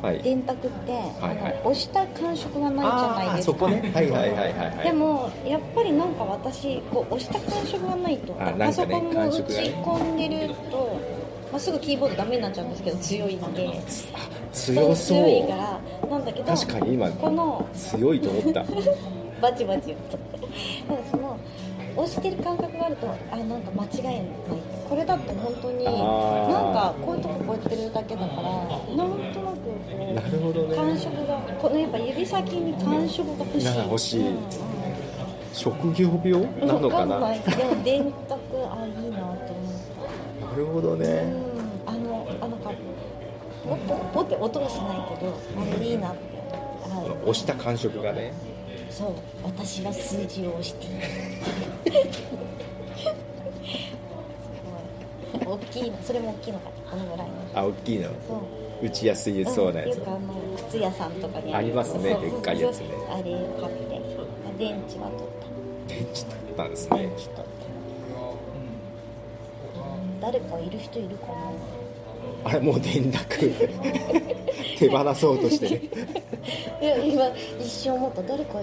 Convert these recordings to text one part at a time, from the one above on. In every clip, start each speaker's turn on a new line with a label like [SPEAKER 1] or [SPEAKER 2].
[SPEAKER 1] はい
[SPEAKER 2] 電卓って、
[SPEAKER 1] いはい
[SPEAKER 2] あの押した感触がないじゃない
[SPEAKER 1] あ
[SPEAKER 2] で
[SPEAKER 1] ー
[SPEAKER 2] す
[SPEAKER 1] そ
[SPEAKER 2] か
[SPEAKER 1] こねはいはいはいはいはい
[SPEAKER 2] でもやっぱりなんか私こう押した感触がないと、
[SPEAKER 1] あなんかね
[SPEAKER 2] パソコンも打
[SPEAKER 1] 感
[SPEAKER 2] ち
[SPEAKER 1] 触がね
[SPEAKER 2] 込んでると、まあ、すぐキーボードダメになっちゃうんですけど強いんで
[SPEAKER 1] 強そう
[SPEAKER 2] 強いからなんだけど
[SPEAKER 1] 確かに今
[SPEAKER 2] この
[SPEAKER 1] 強いと思った
[SPEAKER 2] バチバチなんかその押してる感覚があるとあなんか間違いないこれだって本当に
[SPEAKER 1] あ
[SPEAKER 2] なん
[SPEAKER 1] ー
[SPEAKER 2] かこういうとここうやってるだけだからなんとなくこう
[SPEAKER 1] なるほどね
[SPEAKER 2] 感触がこのやっぱ指先に感触が欲しい
[SPEAKER 1] なんか欲しい
[SPEAKER 2] うんうん
[SPEAKER 1] 職業病なのかな
[SPEAKER 2] わんな
[SPEAKER 1] ない
[SPEAKER 2] でも電卓あいいなと思っ
[SPEAKER 1] るほど
[SPEAKER 2] たう
[SPEAKER 1] ね
[SPEAKER 2] んあのあなんかポッポッポって音はしないけどあれいいなってはい
[SPEAKER 1] 押した感触がね
[SPEAKER 2] そう私は数字を押して いますすごい大きいそれも大きいのかなこのぐらいの
[SPEAKER 1] あ大きいの
[SPEAKER 2] そう
[SPEAKER 1] 打ちやすいそうなやつ
[SPEAKER 2] んっていうかあの靴屋さんとかにる
[SPEAKER 1] ありますね
[SPEAKER 2] そう
[SPEAKER 1] でっかいやつね
[SPEAKER 2] そうあれを買って電池は取っ
[SPEAKER 1] 電池だったんです
[SPEAKER 2] た
[SPEAKER 1] ね
[SPEAKER 2] 電池取った誰かいる人いるかな
[SPEAKER 1] あれもう電 卓手放そうとして ね
[SPEAKER 2] いや今一瞬思った誰かあ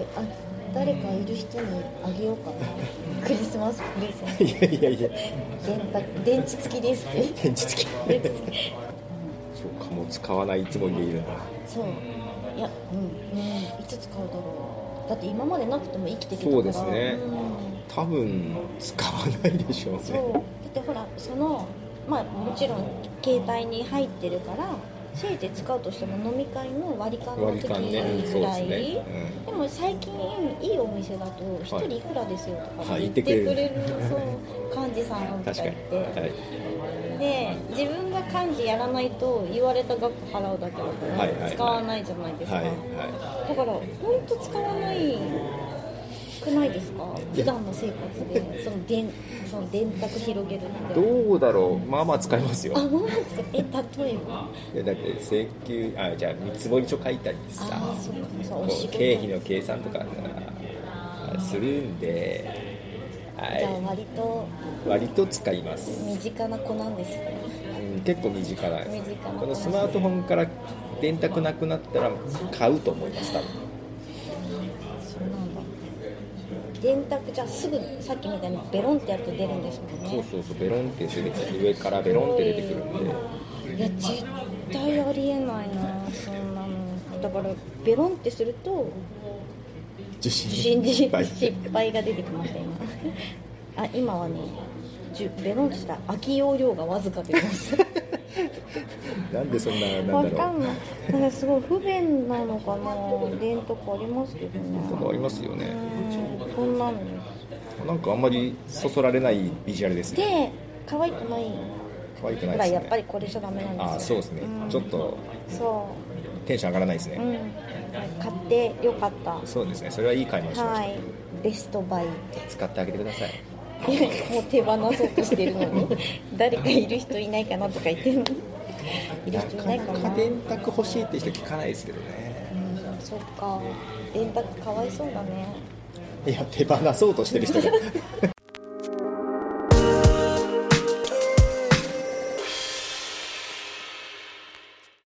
[SPEAKER 2] 誰かいる人にあげようかなクリスマスプレゼン
[SPEAKER 1] いやいやいや
[SPEAKER 2] ト電卓電池付きですって
[SPEAKER 1] 電池付き
[SPEAKER 2] 電池付き
[SPEAKER 1] そうかもう使わないいつも家いるな
[SPEAKER 2] そういやうん、うん、いつ使うだろうだって今までなくても生きてきたから
[SPEAKER 1] そうですね
[SPEAKER 2] うん
[SPEAKER 1] 多分使わないでしょう
[SPEAKER 2] そう
[SPEAKER 1] ね
[SPEAKER 2] だってほらそのまあもちろん携帯に入ってるからせいぜい使うとしても飲み会の割り勘の
[SPEAKER 1] 割り
[SPEAKER 2] 時
[SPEAKER 1] 勘ねうんそ
[SPEAKER 2] ぐ
[SPEAKER 1] うで
[SPEAKER 2] ら
[SPEAKER 1] す
[SPEAKER 2] い
[SPEAKER 1] ね、
[SPEAKER 2] でも最近いいお店だと1人いくらですよとか
[SPEAKER 1] はい
[SPEAKER 2] 言ってくれるそう幹事さん
[SPEAKER 1] うん、
[SPEAKER 2] とか
[SPEAKER 1] 確か
[SPEAKER 2] 言っ
[SPEAKER 1] に、は
[SPEAKER 2] て
[SPEAKER 1] い、
[SPEAKER 2] で自分が幹事やらないと言われた額払うだけだから、
[SPEAKER 1] はいはいはい
[SPEAKER 2] 使わないじゃないですか、
[SPEAKER 1] はいは
[SPEAKER 2] だから本当使わないくないですか
[SPEAKER 1] い
[SPEAKER 2] 普
[SPEAKER 1] や
[SPEAKER 2] 段の生活でその電その電卓広げるって
[SPEAKER 1] いどうだろうまあまあ使いますよ
[SPEAKER 2] あもうなんですかえ例えば
[SPEAKER 1] いやだって請求あじゃあ見積もり書書いたりさ
[SPEAKER 2] あーそうかそう
[SPEAKER 1] こ
[SPEAKER 2] お仕
[SPEAKER 1] う
[SPEAKER 2] 事
[SPEAKER 1] 経費の計算とかさあするんで、は
[SPEAKER 2] じゃあ
[SPEAKER 1] い、
[SPEAKER 2] 割と
[SPEAKER 1] 割と使います、
[SPEAKER 2] 身近な子なんですね
[SPEAKER 1] うん、結構身近なんです
[SPEAKER 2] 身近な
[SPEAKER 1] このスマートフォンから電卓なくなったら買うと思います多分
[SPEAKER 2] そうなんだ電卓じゃあすぐさっきみたいにベロンってやると出るんですもんね
[SPEAKER 1] そうそうそうベロンって出てきて上からベロンって出てくるんで
[SPEAKER 2] いや絶対ありえないなそんなのだからベロンってすると
[SPEAKER 1] 受信
[SPEAKER 2] 受信失敗
[SPEAKER 1] 失敗
[SPEAKER 2] 失敗が出てきました今 あ今はねじゅベロンとしたら空き容量がわずかと言いました
[SPEAKER 1] なんでそんなな
[SPEAKER 2] わ
[SPEAKER 1] んだ
[SPEAKER 2] か
[SPEAKER 1] ろ
[SPEAKER 2] んないなんかすごい不便なのかな電とかありますけど
[SPEAKER 1] うとかあり
[SPEAKER 2] ね
[SPEAKER 1] ますよね
[SPEAKER 2] うんこんなんで
[SPEAKER 1] なんかあんまりそそられないビジュアルです
[SPEAKER 2] す
[SPEAKER 1] ね
[SPEAKER 2] で可愛くない
[SPEAKER 1] 可愛くな
[SPEAKER 2] ぐ
[SPEAKER 1] いで
[SPEAKER 2] ら
[SPEAKER 1] す
[SPEAKER 2] い
[SPEAKER 1] ね
[SPEAKER 2] やっぱりこれじゃダメなんですよ
[SPEAKER 1] あそうですね、
[SPEAKER 2] ん
[SPEAKER 1] ちょっと
[SPEAKER 2] そ
[SPEAKER 1] テンション上がらないです
[SPEAKER 2] うう
[SPEAKER 1] ね、
[SPEAKER 2] ん買ってよかった
[SPEAKER 1] そうですねそれはいい買い物しました、
[SPEAKER 2] はいベストバイ
[SPEAKER 1] 使ってあげてください
[SPEAKER 2] いや もう手放そうとしてるのに誰かいる人いないかなとか言ってるのにいる
[SPEAKER 1] な
[SPEAKER 2] 人いない
[SPEAKER 1] か
[SPEAKER 2] か
[SPEAKER 1] なか
[SPEAKER 2] な
[SPEAKER 1] 電卓欲しいって人聞かないですけどね
[SPEAKER 2] うんそっか電卓かわいそうだね
[SPEAKER 1] いや手放そうとしてる人が